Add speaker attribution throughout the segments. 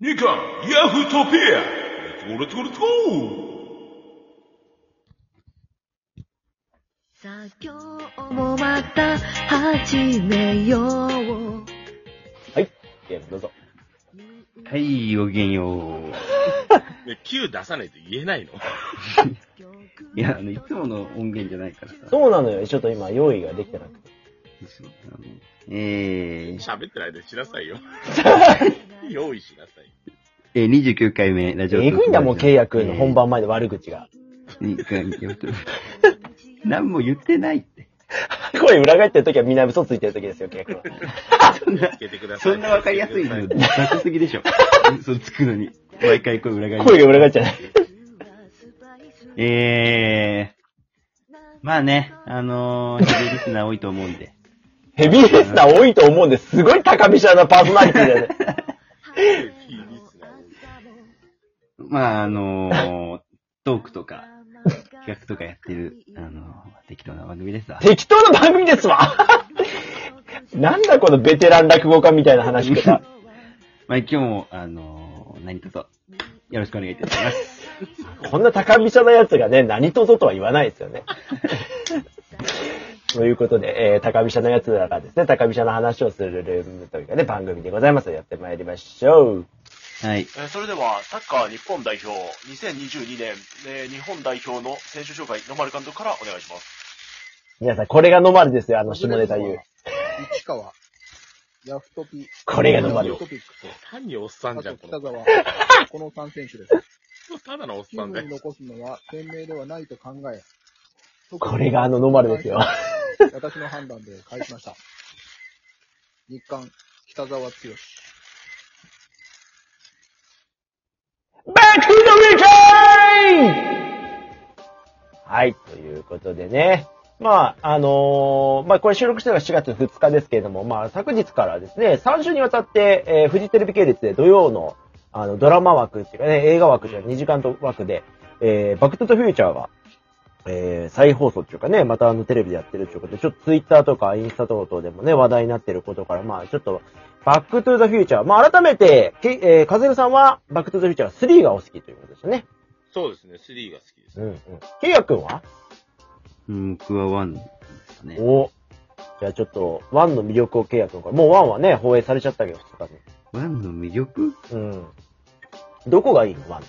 Speaker 1: ニカンヤフトピアレッツゴーレッツゴーレッツゴー
Speaker 2: さあ今日もまた始めよう。
Speaker 3: ゲームどうぞ。
Speaker 4: はい、ごきげんよう。
Speaker 5: ね、9出さないと言えないの。
Speaker 4: いや、あの、いつもの音源じゃないからさ。
Speaker 3: そうなのよ。ちょっと今、用意ができてなくて。
Speaker 4: ですよあのえー、
Speaker 5: 喋ってないでしな さいよ。用意しなさい。
Speaker 4: えー、29回目、ラジオトー
Speaker 3: え
Speaker 4: ク
Speaker 3: ぐいんだもん、契約の本。番前で悪口が。
Speaker 4: えーいいや本当に何も言ってないって。
Speaker 3: 声裏返ってる時はみんな嘘ついてる時ですよ、契約は。
Speaker 5: つけてください。
Speaker 4: そんなわかりやすいの、雑すぎで しょ。嘘つくのに。毎回声裏返り。
Speaker 3: 声が裏返っちゃない。
Speaker 4: えー、まあね、あのー、ヘビーリスナー多いと思うんで。
Speaker 3: ヘビーレスナー多いと思うんです。すごい高飛車なパーソナリティ だよね。
Speaker 4: まあ、あのー、トークとか、企画とかやってる、あのー、適当な番組ですわ。
Speaker 3: 適当な番組ですわ。なんだこのベテラン落語家みたいな話し方。
Speaker 4: まあ、今日も、あのー、何卒、よろしくお願いいたします。
Speaker 3: こんな高飛車なやつがね、何とぞとは言わないですよ ね。ということで、えー、高飛車のやつらがですね、高飛車の話をするルームというかね、番組でございます。やってまいりましょう。
Speaker 4: はい。
Speaker 6: えーそれでは、サッカー日本代表、2022年、えー日本代表の選手紹介、野丸監督からお願いします。
Speaker 3: 皆さん、これがノマルですよ、あの下ネタ言う。
Speaker 7: 市川、ヤフトピ、
Speaker 3: これがノマル
Speaker 7: ヤフ。トピック
Speaker 5: 単におっさ
Speaker 7: と、
Speaker 5: ん
Speaker 7: あ
Speaker 5: じゃ
Speaker 7: と
Speaker 5: ん、この
Speaker 7: 北
Speaker 5: 人。
Speaker 7: 沢、この3選手です。
Speaker 5: ただのおっ
Speaker 7: チ
Speaker 5: さ
Speaker 7: ー
Speaker 5: んだ
Speaker 7: ムに
Speaker 5: よ。
Speaker 7: 残すのは鮮明ではないと考え、
Speaker 3: これがあのノマルですよ。
Speaker 7: 私の判断で返しました。日刊、北沢剛。
Speaker 3: バックトゥウィークはい、ということでね。まあ、あのーまあ、これ収録したのが4月2日ですけれども、まあ、昨日からですね、3週にわたって、えーフジテレビ系列で土曜の、あの、ドラマ枠っていうかね、映画枠じゃ2時間と枠で、えー、バックトゥザフューチャーが、えー、再放送っていうかね、またあの、テレビでやってるっていうことで、ちょっとツイッターとかインスタ等々でもね、話題になってることから、まあ、ちょっと、バックトゥーザフューチャー。まあ、改めて、けえー、カズルさんは、バックトゥーザフューチャー3がお好きということでしたね。
Speaker 5: そうですね、3が好きです。
Speaker 3: うんうん。ケイヤくんは
Speaker 4: うん、僕はワンですね。
Speaker 3: おじゃあちょっと、1の魅力をケイヤくんから。もう1はね、放映されちゃったけど、2日
Speaker 4: ワンの魅力
Speaker 3: に。うん。どこがいいの ?1。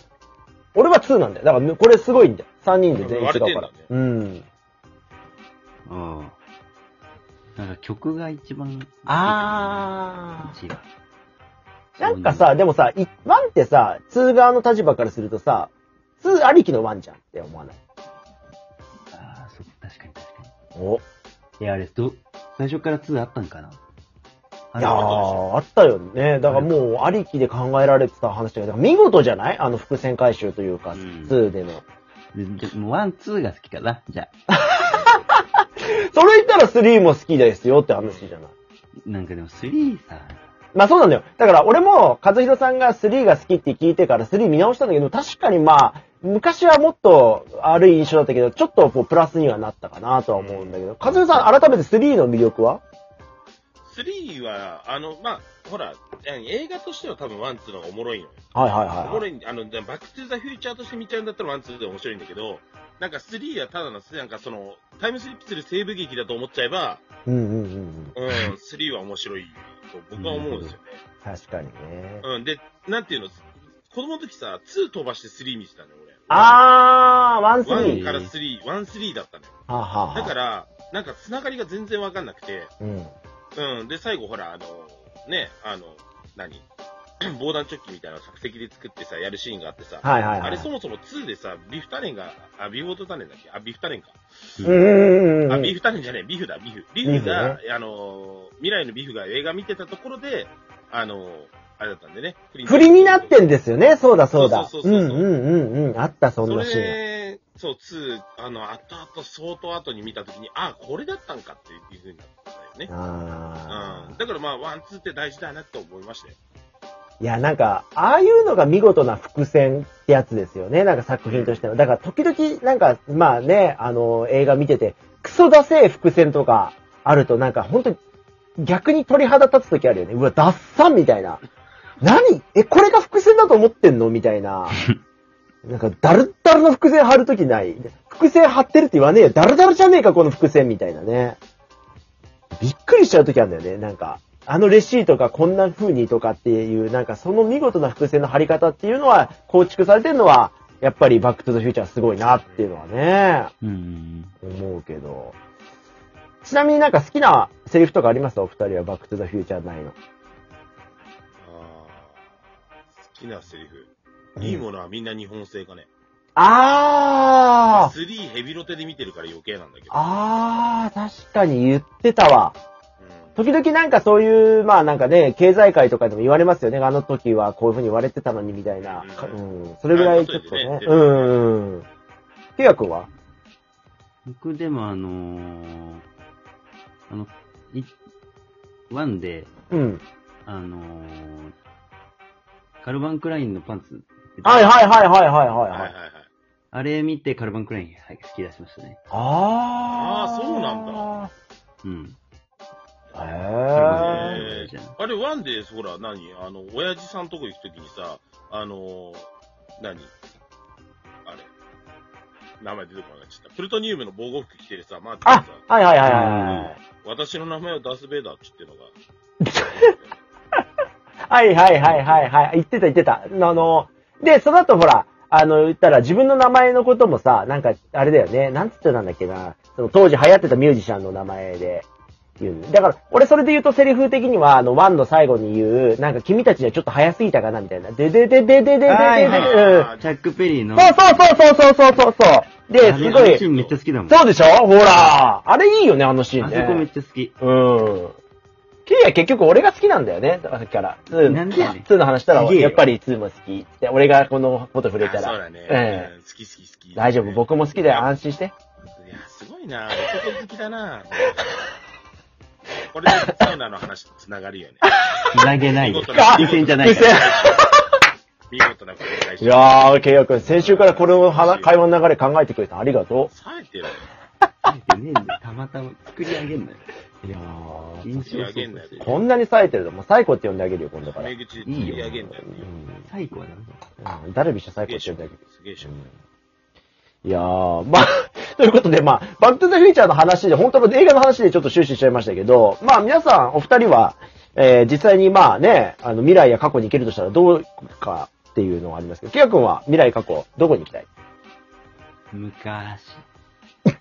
Speaker 3: 俺は2なんだよ。だからね、これすごいんだよ。3人で全員違うか
Speaker 5: 割
Speaker 3: ら。
Speaker 5: れてんだね
Speaker 3: うん。
Speaker 4: ああ。なんか曲が一番、
Speaker 3: あ
Speaker 4: 一番。
Speaker 3: ー。なんかさ、でもさ、1ってさ、2側の立場からするとさ、2ありきの1じゃんって思わない。
Speaker 4: ああ、そう、確かに確かに。
Speaker 3: お
Speaker 4: え、あれ、ど、最初から2あったんかない
Speaker 3: やー、あったよね。だからもう、ありきで考えられてた話だけど、見事じゃないあの伏線回収というか、
Speaker 4: うん
Speaker 3: 2での。
Speaker 4: でじゃもうワン、ツーが好きかなじゃあ。
Speaker 3: それ言ったら3も好きですよって話じゃない。
Speaker 4: なんかでも3さ、
Speaker 3: まあそうなんだよ。だから俺も、和弘さんが3が好きって聞いてから3見直したんだけど、確かにまあ、昔はもっと悪い印象だったけど、ちょっとこうプラスにはなったかなとは思うんだけど、和弘さん改めて3の魅力は
Speaker 5: 3は、あの、まあ、ほら、映画としては多分1、2の方がおもろいのよ。
Speaker 3: はいはい
Speaker 5: おも
Speaker 3: はい、は
Speaker 5: ろ
Speaker 3: い。
Speaker 5: い、あの、でバックトゥザフューチャーとして見ちゃうんだったら1、2で面白いんだけど、なんか3はただの、なんかその、タイムスリップする西部劇だと思っちゃえば、
Speaker 3: うんうんうんうん。
Speaker 5: うん、3は面白いと僕は思うんですよね。
Speaker 3: 確かにね。
Speaker 5: うん、で、なんていうの、子供の時さ、2飛ばして3見てたのよ、俺。
Speaker 3: あー、ワンス
Speaker 5: ワ
Speaker 4: う
Speaker 5: ン
Speaker 3: リー。
Speaker 4: ん
Speaker 5: から3、ワンスリーだったのよ。
Speaker 3: はあはあはあ
Speaker 5: だから、なんか繋がりが全然わかんなくて、
Speaker 3: うん。
Speaker 5: うん、で、最後ほら、あの、ね、あの、何 防弾チョッキみたいなのを即席で作ってさ、やるシーンがあってさ、
Speaker 3: はいはいはい。
Speaker 5: あれそもそも2でさ、ビフタレンが、あ、ビフォートタレンだっけあ、ビフタレンか。
Speaker 3: うんうんうんう
Speaker 5: あ、
Speaker 3: ん。
Speaker 5: ビフタレンじゃねえ、ビフだ、ビフ。ビフが、
Speaker 3: ビ
Speaker 5: あの、未来のビフが映画見てたところで、あの、あれだったんでね。
Speaker 3: 振りになってんですよね。そうだそうだ。
Speaker 5: そううそうそうそうん
Speaker 3: うんうんうん。あった、そんなシ
Speaker 5: そ
Speaker 3: ーン。
Speaker 5: れ、そう、2、あの、後々、相当後に見たときに、あ、これだったんかっていうふうになったよね。
Speaker 3: あ
Speaker 5: うん。
Speaker 3: ー
Speaker 5: だからまあ、ワン、ツーって大事だなって思いましたよ。
Speaker 3: いや、なんか、ああいうのが見事な伏線ってやつですよね。なんか作品としての。だから時々、なんか、まあね、あの、映画見てて、クソダセえ伏線とかあると、なんか本当に逆に鳥肌立つ時あるよね。うわ、ダッサンみたいな。何え、これが伏線だと思ってんのみたいな。なんか、だるだるの伏線貼るときない。伏線貼ってるって言わねえよ。だるだるじゃねえか、この伏線みたいなね。びっくりしちゃうときあるんだよね。なんか、あのレシートがこんな風にとかっていう、なんかその見事な伏線の貼り方っていうのは、構築されてるのは、やっぱりバックトゥザフューチャーすごいなっていうのはね、
Speaker 4: うん。
Speaker 3: 思うけど。ちなみになんか好きなセリフとかありますお二人はバックトゥザフューチャー内の。
Speaker 5: あー好きなセリフ。いいものはみんな日本製かね。
Speaker 3: あー
Speaker 5: 3ヘビロテで見てるから余計なんだけど。
Speaker 3: あー、確かに言ってたわ。
Speaker 5: うん
Speaker 3: 時々なんかそういう、まあなんかね、経済界とかでも言われますよね。あの時はこういう風に言われてたのにみたいな。
Speaker 5: う
Speaker 3: うん。それぐらいちょっと
Speaker 5: ああいう
Speaker 3: ね。
Speaker 5: ことでね
Speaker 3: うん。ケイヤ君は
Speaker 4: 僕でもあのー、あの、い、ワンで、
Speaker 3: うん。
Speaker 4: あのー、カルバンクラインのパンツ。
Speaker 3: はいはいはいはいはいはい。
Speaker 5: はい
Speaker 3: は
Speaker 5: はい
Speaker 3: い、
Speaker 5: はい。
Speaker 4: あれ見てカルバンクラインはい好き出しましたね。
Speaker 3: あー。
Speaker 5: あーそうなんだ。
Speaker 4: うん。
Speaker 3: へー。
Speaker 5: えあれ、ワンで、ほら、何あの、親父さんとこ行くときにさ、あのー、何あれ。名前出てこなくなっちゃった。プルトニウムの防護服着てるさ、マーティン
Speaker 3: あ
Speaker 5: がさ、
Speaker 3: はいはいはいはい。
Speaker 5: 私の名前はダース・ベイダーって言ってるのが。
Speaker 3: はいはいはいはいはい。言ってた言ってた。あの、で、その後ほら、あの、言ったら自分の名前のこともさ、なんか、あれだよね。なんつってたんだっけな。その当時流行ってたミュージシャンの名前で言う。だから、俺それで言うとセリフ的には、あの、ワンの最後に言う、なんか君たちにはちょっと早すぎたかな、みたいな。ででででででででで。
Speaker 4: はいは
Speaker 3: うん
Speaker 5: あ
Speaker 4: チャック・ペリーの。
Speaker 3: そうそうそうそうそうそうそう。で、
Speaker 4: あ
Speaker 3: す
Speaker 4: れ
Speaker 3: ご
Speaker 4: あの
Speaker 3: い
Speaker 4: シ。ーンめっちゃ好きだもん。
Speaker 3: そうでしょほら。あれいいよね、あのシーン
Speaker 4: あ
Speaker 3: ね。
Speaker 4: そこめっちゃ好き。
Speaker 3: うん。ケイは結局俺が好きなんだよね、さっきから。ツ
Speaker 4: な
Speaker 3: ー、
Speaker 4: ん
Speaker 3: ツ
Speaker 4: でやねん
Speaker 3: ーの話したら、
Speaker 4: すげえよ
Speaker 3: やっぱりツーも好き。で俺がこのこと触れた
Speaker 5: そう
Speaker 3: ら。
Speaker 5: だね。
Speaker 3: え
Speaker 5: うん好き好き好き。
Speaker 3: 大丈夫、僕も好きだよ、安心して。
Speaker 5: いや、すごいな。男好きだな。これでサウナの話と繋がるよ ね。
Speaker 4: つなげないで。
Speaker 5: 見事な
Speaker 4: 伏線じゃないから。
Speaker 5: 見事なこと返し
Speaker 3: い
Speaker 5: て。
Speaker 3: やー、ケイヤ君、先週からこれを話会話の流れ考えてくれた。ありがと
Speaker 5: 冴えてるね。
Speaker 4: ねえんだよたまたま作り上げんなよ。
Speaker 3: う。いやー、
Speaker 4: 印象操
Speaker 5: 作り上げんな
Speaker 4: 作
Speaker 5: よ
Speaker 4: する。
Speaker 3: こんなに冴えてるの、もうサイコって呼んであげるよ、今度から。
Speaker 5: 目口で釣り上げんだよ。
Speaker 3: うん
Speaker 4: 最高はダメだ。
Speaker 3: うんダルビッシュ
Speaker 5: す
Speaker 3: サイ
Speaker 5: げえ
Speaker 3: コって
Speaker 5: ショ
Speaker 3: 呼んであ
Speaker 5: ッ
Speaker 3: げる。
Speaker 5: ク。すげえショック。
Speaker 3: いやー、まあ、 ということで、まあ、バックトゥザフューチャーの話で、本当の映画の話でちょっと終始しちゃいましたけど、まあ皆さん、お二人は、えー、実際にまあね、あの、未来や過去に行けるとしたらどうかっていうのがありますけど、キヤ君は未来過去、どこに行きたい
Speaker 4: 昔。
Speaker 3: い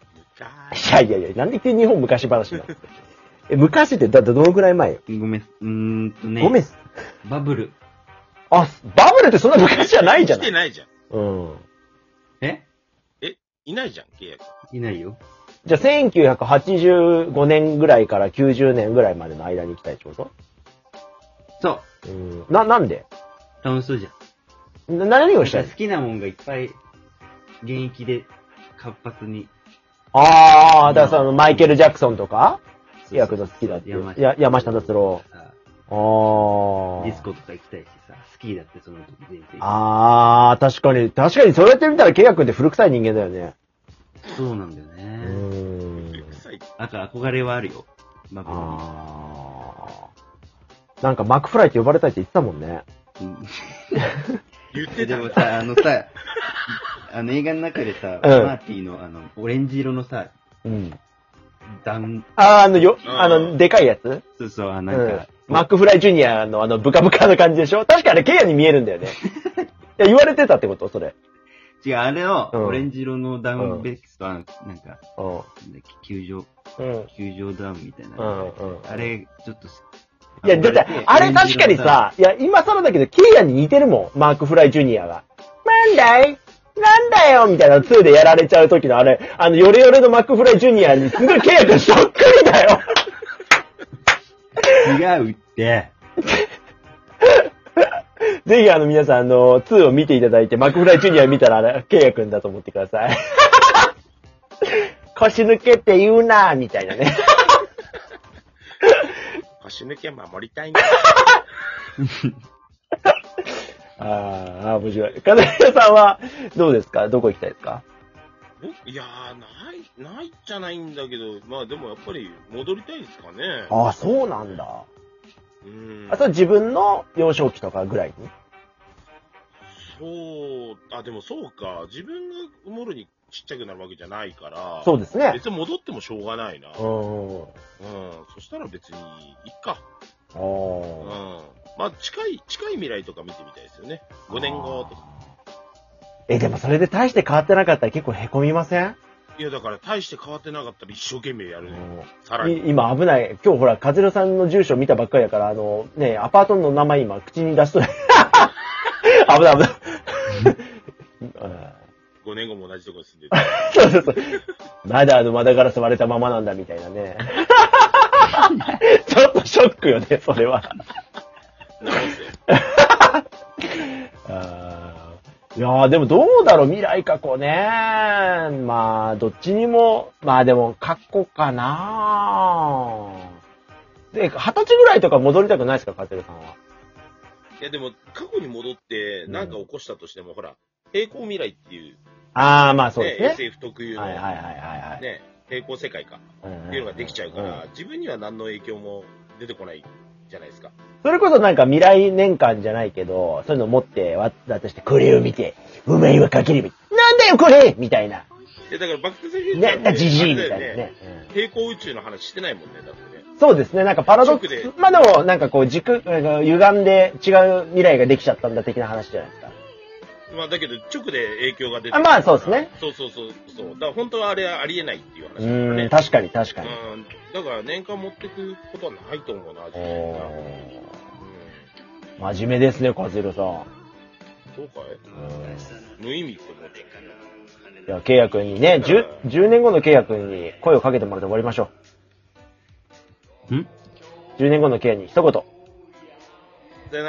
Speaker 3: やいやいや、なんで急に日本昔話になるの え、昔ってだ、だどのくらい前よ、
Speaker 4: ごめん、うーんとね。
Speaker 3: ごめん。
Speaker 4: バブル。
Speaker 3: あ、バブルってそんな昔じゃないじゃ
Speaker 5: 来
Speaker 3: な
Speaker 5: て
Speaker 3: い
Speaker 5: ないじゃん。
Speaker 3: うん。
Speaker 4: え
Speaker 5: いないじゃん、契約。
Speaker 4: いないよ。
Speaker 3: じゃあ、1985年ぐらいから90年ぐらいまでの間に行きたいってこと
Speaker 4: そう。
Speaker 3: うん。な、なんで
Speaker 4: 楽しそうじゃん。
Speaker 3: な何を
Speaker 4: なん
Speaker 3: したい
Speaker 4: か好きなもんがいっぱい、現役で活発に。
Speaker 3: ああ、だからその、マイケル・ジャクソンとか
Speaker 4: そうそう
Speaker 3: 役の好きだっていう
Speaker 4: 山。
Speaker 3: や山下達郎。
Speaker 4: さ
Speaker 3: あ
Speaker 4: デ
Speaker 3: ー
Speaker 4: ィスコとか行きたいしさ、スキーだってその時全然。
Speaker 3: ああ、確かに。確かに、そうやってみたら、ケイヤ君って古臭い人間だよね。
Speaker 4: そうなんだよ
Speaker 3: う
Speaker 4: ね。
Speaker 3: ーん。
Speaker 5: 臭いって
Speaker 4: なんか憧れはあるよ。バブルに
Speaker 3: あーなんか、マクフライって呼ばれたいって言ってたもんね。
Speaker 4: うん
Speaker 5: 言って
Speaker 4: で
Speaker 5: た
Speaker 4: で
Speaker 5: ん
Speaker 4: も
Speaker 5: だ。
Speaker 4: さ、あのさ、 あの映画の中でさ、
Speaker 3: うん
Speaker 4: マーティのあの、オレンジ色のさ、
Speaker 3: うん。
Speaker 4: ダウン、
Speaker 3: あーあの、よ、
Speaker 5: うん
Speaker 3: あの、でかいやつ
Speaker 4: そうそう、あ
Speaker 3: う
Speaker 4: なんんか、。
Speaker 3: マックフライジュニアのあの、ブカブカの感じでしょ確かにあれ、ケイヤに見えるん だよね。いや、言われてたってことそれ。
Speaker 4: 違う、あれを、
Speaker 3: うん
Speaker 4: オレンジ色のダウンベースと、あのなんか、
Speaker 3: うん。
Speaker 4: なんだっけ球場、
Speaker 3: うん。
Speaker 4: 球場ダウンみたいな。
Speaker 3: うんうん
Speaker 4: あれ、ちょっと、
Speaker 3: いや、だって、あれ確かに、さ、いや、今更だけど、ケイヤに似てるもん、マーク・フライ・ジュニアが。なんだいなんだよみたいな2でやられちゃう時のあれ、あの、ヨレヨレのマーク・フライ・ジュニアに、すごいケイヤ君そっくりだ よ
Speaker 4: 違うって、
Speaker 3: ぜひ、あの、皆さん、あの、2を見ていただいて、マーク・フライ・ジュニア見たら、あれ、ケイヤ君だと思ってください。腰抜けって言うなみたいなね。
Speaker 5: 腰抜け守りた いんだ。
Speaker 3: ああ、面白い。金谷さんは、どうですかどこ行きたいですか
Speaker 5: 僕いやー、ない、ないじゃないんだけど、まあでもやっぱり戻りたいですかね。
Speaker 3: ああ、そうなんだ。
Speaker 5: うん。
Speaker 3: あとは自分の幼少期とかぐらいに。
Speaker 5: そう、あ、でもそうか。自分がもろにちっちゃくなるわけじゃないから。
Speaker 3: そうですね。
Speaker 5: 別に戻ってもしょうがないな。
Speaker 3: う
Speaker 5: うん。
Speaker 3: ん。
Speaker 5: そしたら別に、いっか。うん。
Speaker 3: あ
Speaker 5: まあ、近い、近い未来とか見てみたいですよね。
Speaker 3: あ。
Speaker 5: 5年後とか。
Speaker 3: え、でもそれで大して変わってなかったら結構凹みません、
Speaker 5: いや、だから、大して変わってなかったら一生懸命やるね。
Speaker 3: う
Speaker 5: さら
Speaker 3: ん
Speaker 5: に。
Speaker 3: い今危ない。今日ほら、和弘さんの住所見たばっかりやから、あの、ね、アパートの名前今口に出しとる。 危ない危 ない。うん
Speaker 5: 5年後も同じところに住んでて。
Speaker 3: そうそうそう。まだあの窓ガラス割れたままなんだみたいな ね。ちょっとショックよね、それは。
Speaker 5: なるほど。
Speaker 3: あーいやーでもどうだろう、未来過去ね。まあ、どっちにも、まあでも過去かな。で、二十歳ぐらいとか戻りたくないですか、カテルさんは。
Speaker 5: いや、でも、過去に戻って、なんか起こしたとしても、ほら、平行未来っていう、
Speaker 3: ああ、まあそう
Speaker 5: ね
Speaker 3: ですね。
Speaker 5: SF 特有の、
Speaker 3: はいはいはいはい
Speaker 5: ね、平行世界か、
Speaker 3: はい。
Speaker 5: っていうのができちゃうか
Speaker 3: ん
Speaker 5: ら、自分には何の影響も出てこないじゃないですか。
Speaker 3: それこそなんか未来年間じゃないけど、そういうの持って、わ渡して、これを見て、お前はかけるべき。なんだよこれみたいな。
Speaker 5: で、だから、バックトゥザフューチャー
Speaker 3: なんだじじいみたいな
Speaker 5: あれだよ
Speaker 3: ね。
Speaker 5: 平行宇宙の話してないもんね、だってね。
Speaker 3: うんそうですね、なんかパラドック
Speaker 5: ショッ
Speaker 3: ス
Speaker 5: ク。
Speaker 3: まあでも、なんかこう軸、なんか歪んで違う未来ができちゃったんだ的な話じゃないですか。
Speaker 5: まあ、だけど、直で影響が出て
Speaker 3: あまあそうですね。
Speaker 5: そうそうそう。そうだから、本当はあれはありえないっていう話
Speaker 3: う
Speaker 5: だから
Speaker 3: ーん、
Speaker 5: ね。
Speaker 3: 確かに確かに。
Speaker 5: うん。だから、年間持ってくことはないと思うな、自分
Speaker 3: お
Speaker 5: が。うん
Speaker 3: ー真面目ですね、カズロさん。
Speaker 5: そうかい
Speaker 3: うん
Speaker 5: 無意味って思っちゃ
Speaker 3: いや、契約にね、10、10年後の契約に声をかけてもらって終わりましょ
Speaker 4: ん
Speaker 3: う。10年後の契約に一
Speaker 5: う。
Speaker 3: 言。
Speaker 5: さよなら。